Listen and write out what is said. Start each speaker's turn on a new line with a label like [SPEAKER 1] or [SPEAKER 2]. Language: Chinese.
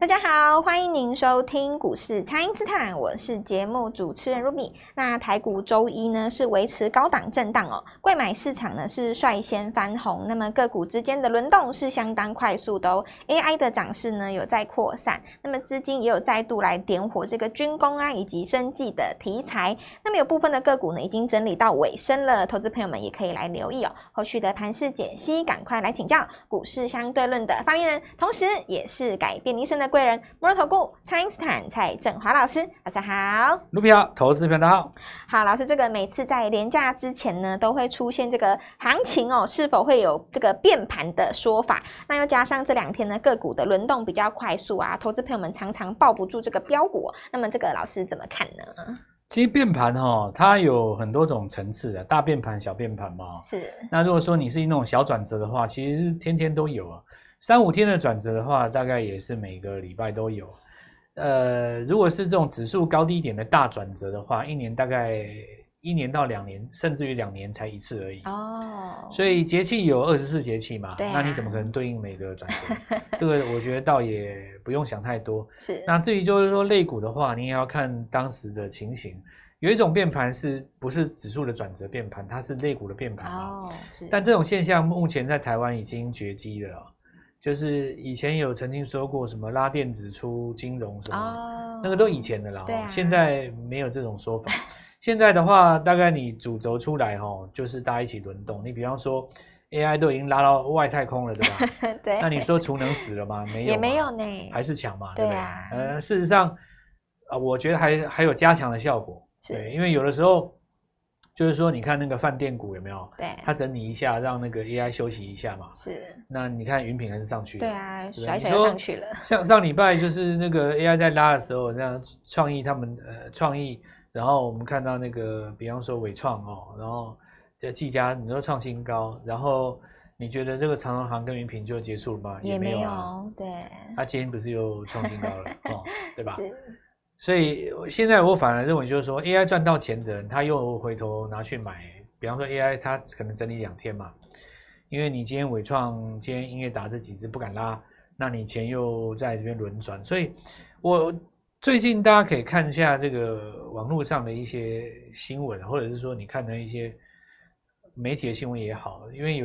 [SPEAKER 1] 大家好，欢迎您收听股市蔡因斯坦，我是节目主持人 Ruby。那台股周一呢是维持高档震荡哦，贵买市场呢是率先翻红，那么个股之间的轮动是相当快速的哦。AI 的涨势呢有在扩散，那么资金也有再度来点火这个军工啊以及生技的题材。那么有部分的个股呢已经整理到尾声了，投资朋友们也可以来留意哦。后续的盘势解析，赶快来请教股市相对论的发明人，同时也是改变你一生的贵人——摩尔投顾蔡英斯坦蔡振华老师，晚上好。
[SPEAKER 2] 卢比好，投资频道
[SPEAKER 1] 好，老师，这个每次在廉价之前呢，都会出现这个行情哦，是否会有这个变盘的说法？那又加上这两天呢，个股的轮动比较快速啊，投资朋友们常常抱不住这个标股哦、那么这个老师怎么看呢？
[SPEAKER 2] 其实变盘哈、它有很多种层次的，大变盘、小变盘嘛。
[SPEAKER 1] 是
[SPEAKER 2] 那如果说你是那种小转折的话，其实天天都有啊。三五天的转折的话，大概也是每个礼拜都有。呃，如果是这种指数高低点的大转折的话，一年大概一年到两年，甚至于两年才一次而已。
[SPEAKER 1] 哦，
[SPEAKER 2] 所以节气有二十四节气嘛，
[SPEAKER 1] 对啊
[SPEAKER 2] 那你怎么可能对应每个转折？这个我觉得倒也不用想太多。
[SPEAKER 1] 是
[SPEAKER 2] 那至于就是说类股的话，你也要看当时的情形。有一种变盘是不是指数的转折变盘，它是类股的变盘嘛？
[SPEAKER 1] 哦是，
[SPEAKER 2] 但这种现象目前在台湾已经绝迹了哦、就是以前有曾经说过什么拉电子出金融什么，
[SPEAKER 1] 哦
[SPEAKER 2] 那个都以前的啦、
[SPEAKER 1] 对啊
[SPEAKER 2] 现在没有这种说法。现在的话，大概你主轴出来哦，就是大家一起轮动。你比方说 AI 都已经拉到外太空了，对 吧？
[SPEAKER 1] 对，
[SPEAKER 2] 那你说储能死了吗？没有，
[SPEAKER 1] 也没
[SPEAKER 2] 有。
[SPEAKER 1] 有呢，
[SPEAKER 2] 还是强嘛，
[SPEAKER 1] 对
[SPEAKER 2] 对不对？
[SPEAKER 1] 啊
[SPEAKER 2] 呃，事实上，啊、我觉得还还有加强的效果，
[SPEAKER 1] 是
[SPEAKER 2] 对，因为有的时候就是说，你看那个饭店股有没有？
[SPEAKER 1] 对，
[SPEAKER 2] 它整理一下，让那个 AI 休息一下嘛。
[SPEAKER 1] 是，
[SPEAKER 2] 那你看云品还是上去，
[SPEAKER 1] 对。啊，
[SPEAKER 2] 对
[SPEAKER 1] 甩一
[SPEAKER 2] 你
[SPEAKER 1] 甩就
[SPEAKER 2] 说
[SPEAKER 1] 上去 了，
[SPEAKER 2] 像上礼拜就是那个 AI 在拉的时候，那样创意他们呃创意，然后我们看到那个比方说伟创哦，然后这技嘉你说创新高，然后你觉得这个长荣行跟云品就结束了吗？
[SPEAKER 1] 也
[SPEAKER 2] 没
[SPEAKER 1] 没
[SPEAKER 2] 有啊。
[SPEAKER 1] 有，对，
[SPEAKER 2] 它今天不是又创新高了哦，对吧？
[SPEAKER 1] 是，
[SPEAKER 2] 所以我现在我反而认为就是说，AI 赚到钱的人，他又回头拿去买，比方说 AI，它可能整理两天嘛，因为你今天伟创、今天英业达这几只不敢拉，那你钱又在这边轮转，所以我最近大家可以看一下这个网络上的一些新闻，或者是说你看的一些媒体的新闻也好，因为有一